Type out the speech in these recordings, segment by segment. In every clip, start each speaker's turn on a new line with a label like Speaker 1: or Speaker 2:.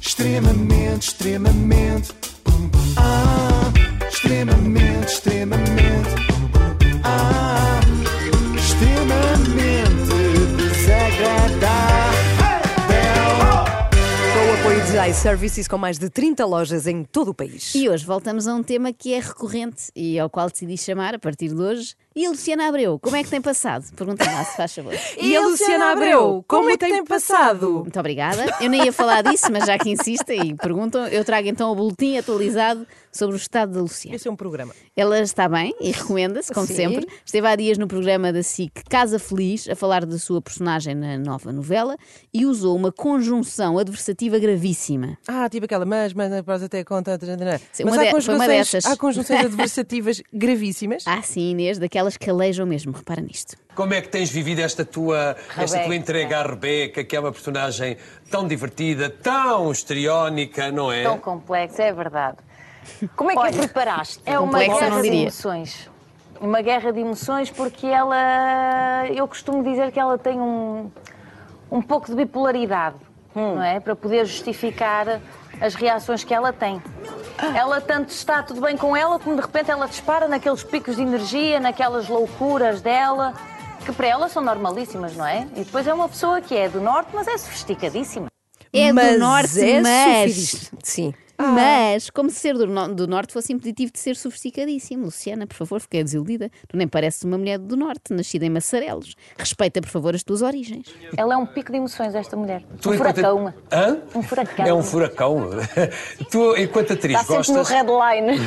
Speaker 1: Extremamente, extremamente. Ah, extremamente, extremamente. Ah, extremamente desagradável.
Speaker 2: Com o apoio de Jai Services com mais de 30 lojas em todo o país.
Speaker 3: E hoje voltamos a um tema que é recorrente e ao qual decidi chamar a partir de hoje. E a Luciana Abreu, como é que tem passado? Pergunta-me lá se faz favor.
Speaker 2: E a Luciana Abreu, como é que tem passado?
Speaker 3: Muito obrigada. Eu nem ia falar disso, mas já que insistem e perguntam, eu trago então o boletim atualizado sobre o estado da Luciana.
Speaker 2: Esse é um programa.
Speaker 3: Ela está bem e recomenda-se, como
Speaker 2: Sim.
Speaker 3: sempre. Esteve há dias no programa da SIC Casa Feliz a falar da sua personagem na nova novela e usou uma conjunção adversativa gravíssima.
Speaker 4: Ah, tipo aquela, mas, mas, mas, mas até conta.
Speaker 3: Sim,
Speaker 4: mas
Speaker 3: uma de-
Speaker 4: há
Speaker 3: foi uma
Speaker 4: conjunções,
Speaker 3: dessas.
Speaker 4: há conjunções adversativas gravíssimas.
Speaker 3: Ah, sim, Inês, daquelas que aleijam mesmo, repara nisto.
Speaker 5: Como é que tens vivido esta tua, esta
Speaker 6: Rebeca.
Speaker 5: tua entrega à Rebeca, que é uma personagem tão divertida, tão histriónica, não é?
Speaker 6: Tão complexo, é verdade.
Speaker 7: Como é que
Speaker 6: Olha,
Speaker 7: a preparaste?
Speaker 6: É uma
Speaker 3: Complexo,
Speaker 6: guerra
Speaker 3: não
Speaker 6: de
Speaker 3: diria.
Speaker 6: emoções. Uma guerra de emoções porque ela. Eu costumo dizer que ela tem um, um pouco de bipolaridade,
Speaker 7: Hum.
Speaker 6: não é? Para poder justificar as reações que ela tem. Ela tanto está tudo bem com ela, como de repente ela dispara naqueles picos de energia, naquelas loucuras dela, que para ela são normalíssimas, não é? E depois é uma pessoa que é do norte, mas é sofisticadíssima.
Speaker 3: É
Speaker 2: Mas
Speaker 3: do norte,
Speaker 2: é Ah.
Speaker 3: mas.
Speaker 2: sofrido. Sim.
Speaker 3: Mas, como se ser do, no- do norte fosse impeditivo de ser sofisticadíssimo. Luciana, por favor, fiquei desiludida. Tu nem pareces uma mulher do norte, nascida em Massarelos. Respeita, por favor, as tuas origens.
Speaker 6: Ela é um pico de emoções, esta mulher.
Speaker 5: Tu
Speaker 6: um
Speaker 5: enquanto-
Speaker 6: furacão.
Speaker 5: Hã?
Speaker 6: Um furacão.
Speaker 5: É um furacão. tu, enquanto atriz,
Speaker 7: Está sempre no
Speaker 5: gostas.
Speaker 7: headline.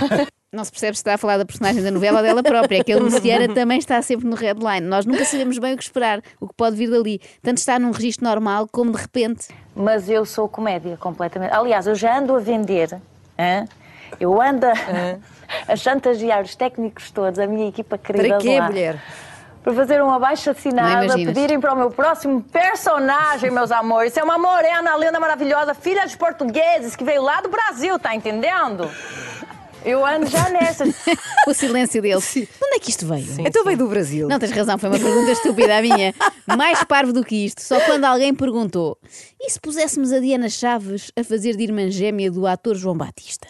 Speaker 3: Não se percebe se está a falar da personagem da novela ou dela própria, é que a Luciana também está sempre no headline. Nós nunca sabemos bem o que esperar, o que pode vir dali. Tanto está num registro normal como de repente.
Speaker 6: Mas eu sou comédia completamente. Aliás, eu já ando a vender. hã? Eu ando a, a chantagear os técnicos todos, a minha equipa querida.
Speaker 2: Para quê,
Speaker 6: lá,
Speaker 2: mulher?
Speaker 6: Para fazer um abaixo
Speaker 3: Não
Speaker 6: assinado, a
Speaker 3: imaginas.
Speaker 6: pedirem para o meu próximo personagem, meus amores. Isso é uma morena linda, maravilhosa, filha de portugueses que veio lá do Brasil, tá entendendo? Eu ando já nessa.
Speaker 3: O silêncio dele. De onde é que isto veio?
Speaker 2: Então veio do Brasil.
Speaker 3: Não tens razão, foi uma pergunta estúpida a minha. Mais parvo do que isto. Só quando alguém perguntou: e se puséssemos a Diana Chaves a fazer de irmã gêmea do ator João Batista?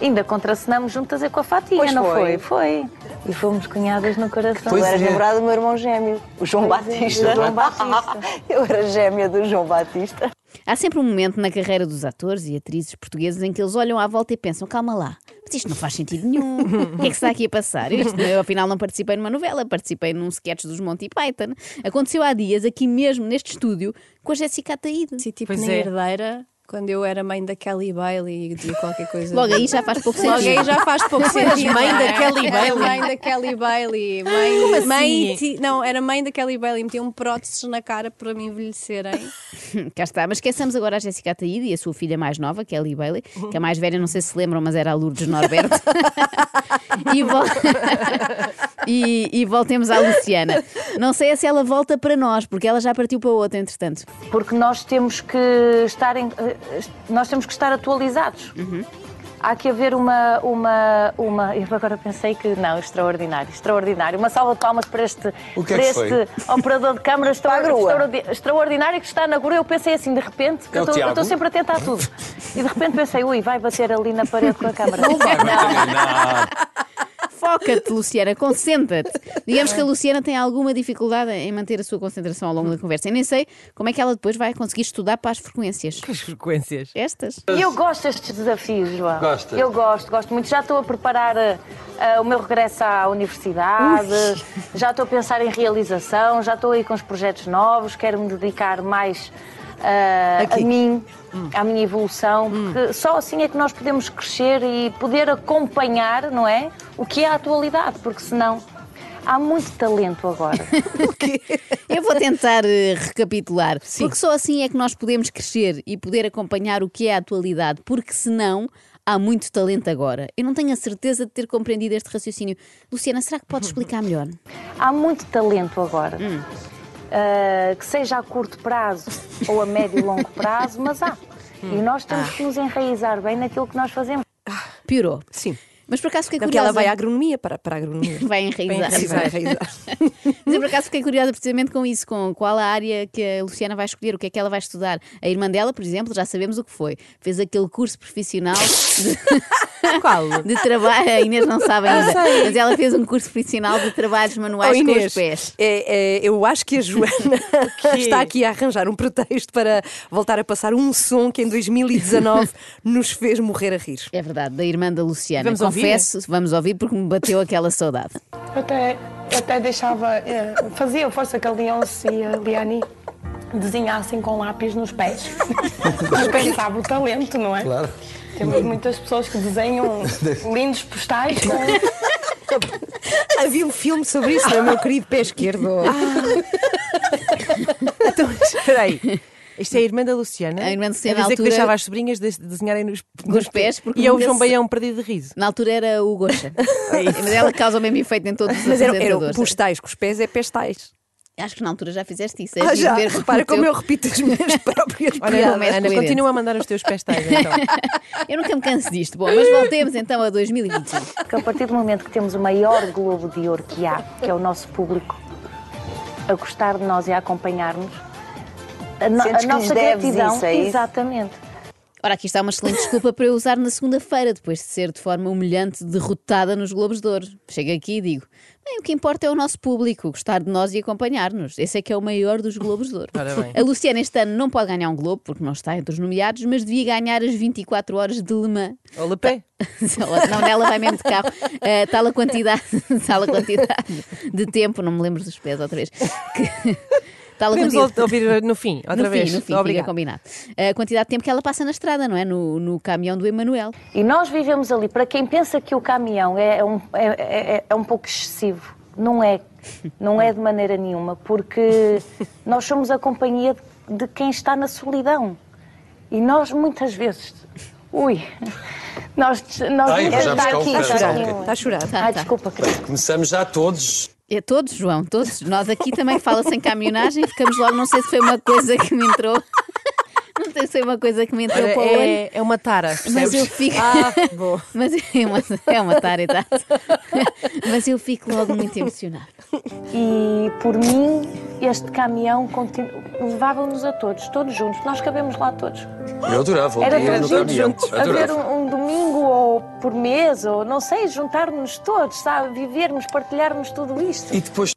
Speaker 6: Ainda contracenamos juntas é com a Fatinha,
Speaker 7: Pois
Speaker 6: não
Speaker 7: foi.
Speaker 6: foi? Foi. E fomos cunhadas no coração.
Speaker 7: Tu eras
Speaker 5: é.
Speaker 7: namorada do meu irmão gêmeo, o João Batista. é?
Speaker 6: João Batista.
Speaker 7: Eu era gêmea do João Batista.
Speaker 3: Há sempre um momento na carreira dos atores e atrizes portugueses em que eles olham à volta e pensam: calma lá, mas isto não faz sentido nenhum. O que é que se está aqui a passar? Isto, eu, afinal, não participei numa novela, participei num sketch dos Monty Python. Aconteceu há dias, aqui mesmo, neste estúdio, com a Jéssica Ataíde.
Speaker 8: Sim, tipo
Speaker 4: Pois
Speaker 8: na
Speaker 4: é.
Speaker 8: herdeira, quando eu era mãe da Kelly Bailey e de qualquer coisa. tipo.
Speaker 3: Logo aí já faz pouco sentido.
Speaker 8: Logo aí já faz pouco sentido.
Speaker 4: mãe
Speaker 8: não é?
Speaker 4: da Kelly Bailey?
Speaker 8: Mãe da Kelly Bailey. Mãe, Como
Speaker 4: assim?
Speaker 8: mãe ti- não, era mãe da Kelly Bailey. Metiam próteses na cara para me envelhecerem.
Speaker 3: Hum, Cá está, mas esqueçamos agora a Jéssica Ataíde e a sua filha mais nova, Kelly Bailey, que é a mais velha, não sei se se lembram, mas era a Lourdes Norberto. e, vol- E- e voltemos à Luciana. Não sei se ela volta para nós, porque ela já partiu para outra, entretanto.
Speaker 6: porque nós temos que estar em- eh, nós temos que estar atualizados.
Speaker 7: Uhum.
Speaker 6: Há que haver uma, uma, uma. Eu agora pensei que. Não, extraordinário, extraordinário. Uma salva de palmas para este,
Speaker 5: O que é
Speaker 6: para
Speaker 5: que
Speaker 6: este operador de câmaras
Speaker 7: a grua.
Speaker 6: extraordinário que está na grua. Eu pensei assim, de repente, que
Speaker 5: É
Speaker 6: eu
Speaker 5: o
Speaker 6: estou- eu
Speaker 5: Tiago?
Speaker 6: estou sempre atenta a tudo. E de repente pensei, ui, vai bater ali na parede com a câmara. Não vai
Speaker 3: Foca-te, Luciana, concentra-te. Digamos que a Luciana tem alguma dificuldade em manter a sua concentração ao longo da conversa. E nem sei como é que ela depois vai conseguir estudar para as frequências.
Speaker 4: As frequências.
Speaker 3: Estas?
Speaker 6: E eu gosto destes desafios, João.
Speaker 5: Gosta?
Speaker 6: Eu gosto, gosto muito. Já estou a preparar eh, eh, o meu regresso à universidade, já estou a pensar em realização, já estou aí com os projetos novos, quero me dedicar mais eh, a
Speaker 4: Aqui.
Speaker 6: mim, à minha evolução, porque só assim é que nós podemos crescer e poder acompanhar, não é? O que é a atualidade, porque senão. Há muito talento agora.
Speaker 3: Eu vou tentar eh, recapitular, porque só assim é que nós podemos crescer e poder acompanhar o que é a atualidade, porque senão há muito talento agora. Eu não tenho a certeza de ter compreendido este raciocínio. Luciana, será que podes explicar melhor?
Speaker 6: Há muito talento agora.
Speaker 7: Hum.
Speaker 6: Ah, que seja a curto prazo ou a médio e longo
Speaker 7: Hum.
Speaker 6: prazo, mas há. E nós temos que nos enraizar bem naquilo que nós fazemos.
Speaker 3: Piorou.
Speaker 4: Sim.
Speaker 3: Mas por acaso fiquei
Speaker 2: Não, que
Speaker 3: curiosa.
Speaker 2: ela vai à agronomia, para, para a agronomia.
Speaker 3: Vai enraizar.
Speaker 2: Sim, vai enraizar.
Speaker 3: Mas eu por acaso fiquei curiosa precisamente com isso, com qual a área que a Luciana vai escolher, o que é que ela vai estudar. A irmã dela, por exemplo, já sabemos o que foi. Fez aquele curso profissional
Speaker 4: Qual? Ah,
Speaker 3: de trabalho. A Inês não sabe ainda,
Speaker 4: sei.
Speaker 3: mas ela fez um curso profissional de trabalhos
Speaker 2: Oh,
Speaker 3: manuais com
Speaker 2: Inês,
Speaker 3: os pés.
Speaker 2: é, é, eu acho que a Joana está aqui a arranjar um pretexto para voltar a passar um som que em 2019 nos fez morrer a rir.
Speaker 3: É verdade, da irmã da Luciana.
Speaker 4: Vamos ouvir?
Speaker 3: Confesso, vamos ouvir porque me bateu aquela saudade.
Speaker 9: Eu até, eu até deixava, eh, fazia força que a Leonce e a Liani desenhassem com lápis nos pés. Dispensava o talento, não é?
Speaker 5: Claro.
Speaker 9: Temos muitas pessoas que desenham lindos postais com.
Speaker 2: Havia um filme sobre isso, não é, meu querido pé esquerdo?
Speaker 3: Ah.
Speaker 4: Então, espera aí. Isto é a irmã da Luciana.
Speaker 3: A irmã da Luciana,
Speaker 4: A dizer
Speaker 3: na
Speaker 4: que
Speaker 3: altura-
Speaker 4: deixava as sobrinhas de desenharem nos, nos
Speaker 3: pés, porque
Speaker 4: E é o
Speaker 3: nunca
Speaker 4: João
Speaker 3: se-
Speaker 4: Baião perdido de riso. É
Speaker 3: Na altura era o Gocha. Mas ela causa o mesmo efeito em todos os
Speaker 2: Mas eram, eram
Speaker 3: apresentadores.
Speaker 2: postais, com os pés é pestais.
Speaker 3: Acho que na altura já fizeste isso. é
Speaker 2: Ah,
Speaker 3: giro
Speaker 2: já,
Speaker 3: ver
Speaker 2: repara
Speaker 3: o teu-
Speaker 2: como eu repito as minhas próprias
Speaker 3: Olha,
Speaker 2: piadas.
Speaker 3: como és
Speaker 4: Ana,
Speaker 3: coerente.
Speaker 4: continua a mandar os teus pés tais, então.
Speaker 3: Eu nunca me canso disto. Bom, mas voltemos então a 2021.
Speaker 6: Porque a partir do momento que temos o maior globo de ouro que há, que é o nosso público, a gostar de nós e a acompanhar-nos, a, no-
Speaker 7: Sentes
Speaker 6: a
Speaker 7: que lhes
Speaker 6: nossa
Speaker 7: deves
Speaker 6: gratidão.
Speaker 7: isso, é isso?
Speaker 6: Exatamente.
Speaker 3: Ora, aqui está uma excelente desculpa para eu usar na segunda-feira, depois de ser de forma humilhante derrotada nos Globos de Ouro. Chego aqui e digo: bem, o que importa é o nosso público, gostar de nós e acompanhar-nos. Esse é que é o maior dos Globos de Ouro.
Speaker 4: Ora bem.
Speaker 3: A Luciana este ano não pode ganhar um Globo, porque não está entre os nomeados, mas devia ganhar as 24 horas de Le Mans.
Speaker 4: Ou Le Pen.
Speaker 3: não, nela vai mesmo de carro. Eh, tal, a quantidade, tal a quantidade de tempo, não me lembro dos pés outra vez. Que, tal a
Speaker 4: Podemos
Speaker 3: quantidade.
Speaker 4: ou- ouvir no fim, outra
Speaker 3: no
Speaker 4: vez.
Speaker 3: Fim, no fim, fica
Speaker 4: Obrigada.
Speaker 3: combinado. A quantidade de tempo que ela passa na estrada, não é? No, no caminhão do Emanuel.
Speaker 6: E nós vivemos ali. Para quem pensa que o caminhão é um, é, é- é um pouco excessivo, não é. Não é de maneira nenhuma, porque nós somos a companhia de quem está na solidão. E nós muitas vezes. Ui! Nós, nós
Speaker 5: Ai,
Speaker 6: muitas
Speaker 5: vou já buscar
Speaker 6: está
Speaker 5: o
Speaker 6: aqui.
Speaker 5: pé,
Speaker 2: Está a
Speaker 5: já
Speaker 2: chorar,
Speaker 5: ok.
Speaker 2: está a chorar.
Speaker 3: Tá,
Speaker 6: Ah,
Speaker 3: tá.
Speaker 6: desculpa, querida.
Speaker 5: Começamos já todos.
Speaker 3: É todos, João, todos. Nós aqui também fala-se em caminhonagem, ficamos logo, não sei se foi uma coisa que me entrou. Não sei se foi uma coisa que me entrou para o olho.
Speaker 4: É, é uma tara.
Speaker 3: Mas
Speaker 4: percebes?
Speaker 3: eu fico.
Speaker 4: Ah, bom.
Speaker 3: Mas é uma, é uma tara, exato. Mas eu fico logo muito emocionada.
Speaker 6: E por mim, este caminhão continu... levava-nos a todos, todos juntos. Nós cabemos lá todos.
Speaker 5: Eu adorava.
Speaker 6: Era
Speaker 5: eu
Speaker 6: todos
Speaker 5: no caminhão.
Speaker 6: juntos. Haver
Speaker 5: Adorava.
Speaker 6: um, um domingo ou por mês, ou não sei, juntar-nos todos, sabe? Vivermos, partilharmos tudo isto.
Speaker 5: E depois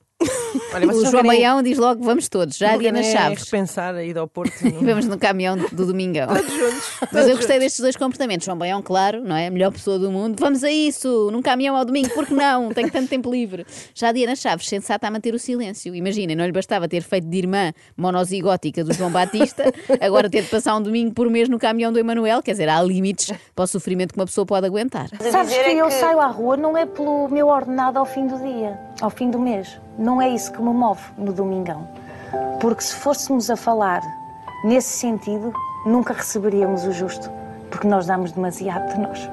Speaker 4: Olha, vocês
Speaker 3: O
Speaker 4: não
Speaker 3: João
Speaker 4: querem-
Speaker 3: Baião diz logo: vamos todos, já a
Speaker 4: não
Speaker 3: Diana
Speaker 4: querem é
Speaker 3: Chaves.
Speaker 4: repensar a ida ao Porto.
Speaker 3: E
Speaker 4: não?
Speaker 3: vamos no caminhão do Domingão. Todos juntos. Mas eu gostei destes dois comportamentos. João Baião, claro, não é? A melhor pessoa do mundo. Vamos a isso, num caminhão ao domingo, porque não? Tenho tanto tempo livre. Já a Diana Chaves, sensata a manter o silêncio. Imaginem, não lhe bastava ter feito de irmã monozigótica do João Batista, agora ter de passar um domingo por mês no caminhão do Emanuel. Quer dizer, há limites para o sofrimento que uma pessoa pode aguentar.
Speaker 6: Sabes que,
Speaker 7: dizer é
Speaker 6: eu
Speaker 7: que-
Speaker 6: saio à rua não é pelo meu ordenado ao fim do dia, ao fim do mês. Não é isso que me move no domingão. Porque se fôssemos a falar nesse sentido, nunca receberíamos o justo. Porque nós damos demasiado de nós.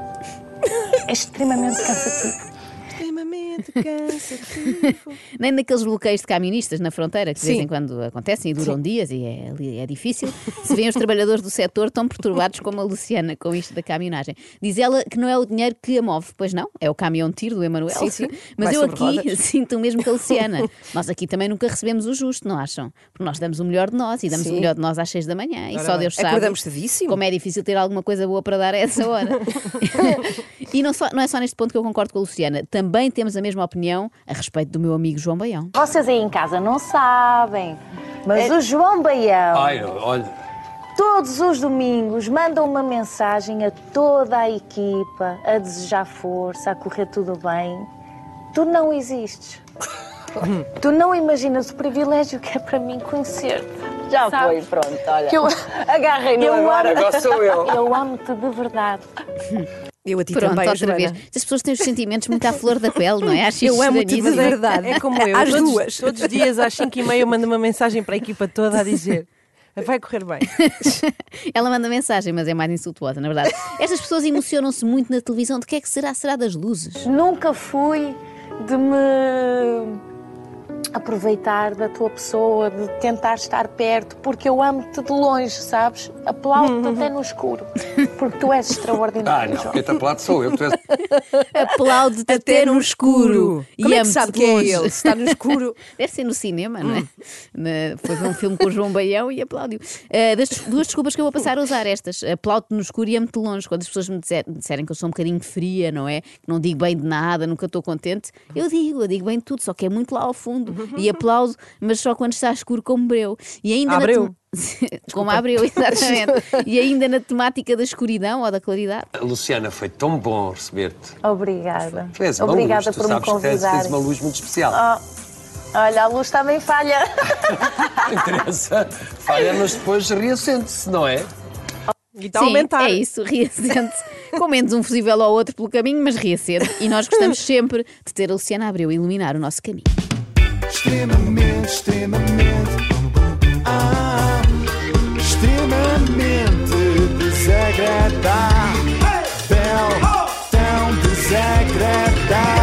Speaker 6: É extremamente cansativo.
Speaker 4: Extremamente cansativo.
Speaker 3: Nem daqueles bloqueios de camionistas na fronteira que de vez
Speaker 4: Sim.
Speaker 3: em quando acontecem e duram dias e é, ali- é difícil. Se veem os trabalhadores do setor tão perturbados como a Luciana com isto da caminhonagem. Diz ela que não é o dinheiro que a move, pois não, é o caminhão de tiro do Emanuel.
Speaker 2: Sim, sim.
Speaker 3: Mas
Speaker 2: Vai
Speaker 3: eu
Speaker 2: sobre
Speaker 3: aqui
Speaker 2: rodas.
Speaker 3: sinto o mesmo que a Luciana. Nós aqui também nunca recebemos o justo, não acham? Porque nós damos o melhor de nós e damos o
Speaker 2: Sim.
Speaker 3: melhor de nós às seis da manhã e só
Speaker 4: bem.
Speaker 3: Deus sabe.
Speaker 2: Acordamos cedíssimo.
Speaker 3: Como é difícil ter alguma coisa boa para dar a essa hora. e não, só- não é só neste ponto que eu concordo com a Luciana. Também temos a mesma opinião a respeito do meu amigo João Baião.
Speaker 6: Vocês aí em casa não sabem, É- mas o João Baião,
Speaker 5: Ai, olha.
Speaker 6: todos os domingos, manda uma mensagem a toda a equipa a desejar força, a correr tudo bem. Tu não existes. tu não imaginas o privilégio que é para mim conhecer-te.
Speaker 7: Já
Speaker 6: Sabes?
Speaker 7: foi, pronto, olha.
Speaker 6: Que eu,
Speaker 7: Agarrem-no
Speaker 6: eu
Speaker 7: agora.
Speaker 6: amo,
Speaker 5: Agora sou eu.
Speaker 6: eu amo-te de verdade.
Speaker 2: Eu a ti
Speaker 3: Pronto,
Speaker 2: também,
Speaker 3: outra
Speaker 2: Joana.
Speaker 3: vez. As pessoas têm os sentimentos muito à flor da pele, não é? Acho
Speaker 2: Eu
Speaker 3: isto
Speaker 2: amo-te de
Speaker 3: estranhíssimo.
Speaker 2: verdade.
Speaker 4: É como eu.
Speaker 2: Às
Speaker 4: todos,
Speaker 2: duas.
Speaker 4: Todos os dias às 5h30 eu mando uma mensagem para a equipa toda a dizer vai correr bem.
Speaker 3: Ela manda mensagem, mas é mais insultuosa, na verdade. Estas pessoas emocionam-se muito na televisão. De que é que será? Será das luzes?
Speaker 6: Nunca fui de me aproveitar da tua pessoa, de tentar estar perto, porque eu amo-te de longe, sabes? Aplaudo-te até no escuro, porque tu és
Speaker 5: Ah,
Speaker 6: extraordinário,
Speaker 5: não,
Speaker 6: João.
Speaker 5: quem está pelado sou eu. que Tu és...
Speaker 3: Aplaude-te
Speaker 2: Até
Speaker 3: até
Speaker 2: no
Speaker 3: no escuro. E
Speaker 2: Como é que
Speaker 3: amo-te
Speaker 2: sabe
Speaker 3: de
Speaker 2: que é
Speaker 3: longe.
Speaker 2: ele? Se está no escuro.
Speaker 3: Deve ser no cinema, não é? Na- foi ver um filme com o João Baião e aplaudiu. Ah, das des- duas desculpas que eu vou passar a usar estas. Aplaudo-te no escuro e amo-te de longe. Quando as pessoas me dizer- me disserem que eu sou um bocadinho fria, não é? Que não digo bem de nada, nunca estou contente, eu digo, eu digo bem de tudo, só que é muito lá ao fundo. E aplaudo, mas só quando está escuro como breu. E ainda na
Speaker 4: Abreu.
Speaker 3: tem- Como abreu, exatamente. e ainda na temática da escuridão ou da claridade.
Speaker 5: Luciana, foi tão bom receber-te.
Speaker 6: Obrigada.
Speaker 5: Tu és uma
Speaker 6: Obrigada
Speaker 5: luz, tu
Speaker 6: por me Ah,
Speaker 5: sabes que tens, tens
Speaker 6: convidar.
Speaker 5: uma luz muito especial.
Speaker 6: Olha, a luz também falha.
Speaker 5: Não interessa. Falha, mas depois reacende-se, não é?
Speaker 4: E
Speaker 2: então
Speaker 4: está a
Speaker 3: Sim,
Speaker 4: aumentar.
Speaker 3: É isso, reacende. Com menos um fusível ao outro pelo caminho, mas reacende. E nós gostamos sempre de ter a Luciana Abreu a iluminar o nosso caminho.
Speaker 1: extremamente, extremamente, ah, extremamente desagradável, tão desagradável.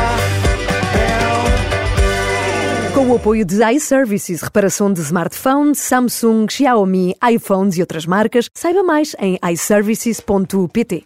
Speaker 2: Com o apoio de iServices, reparação de smartphones, Samsung, Xiaomi, iPhones e outras marcas, saiba mais em iServices.pt.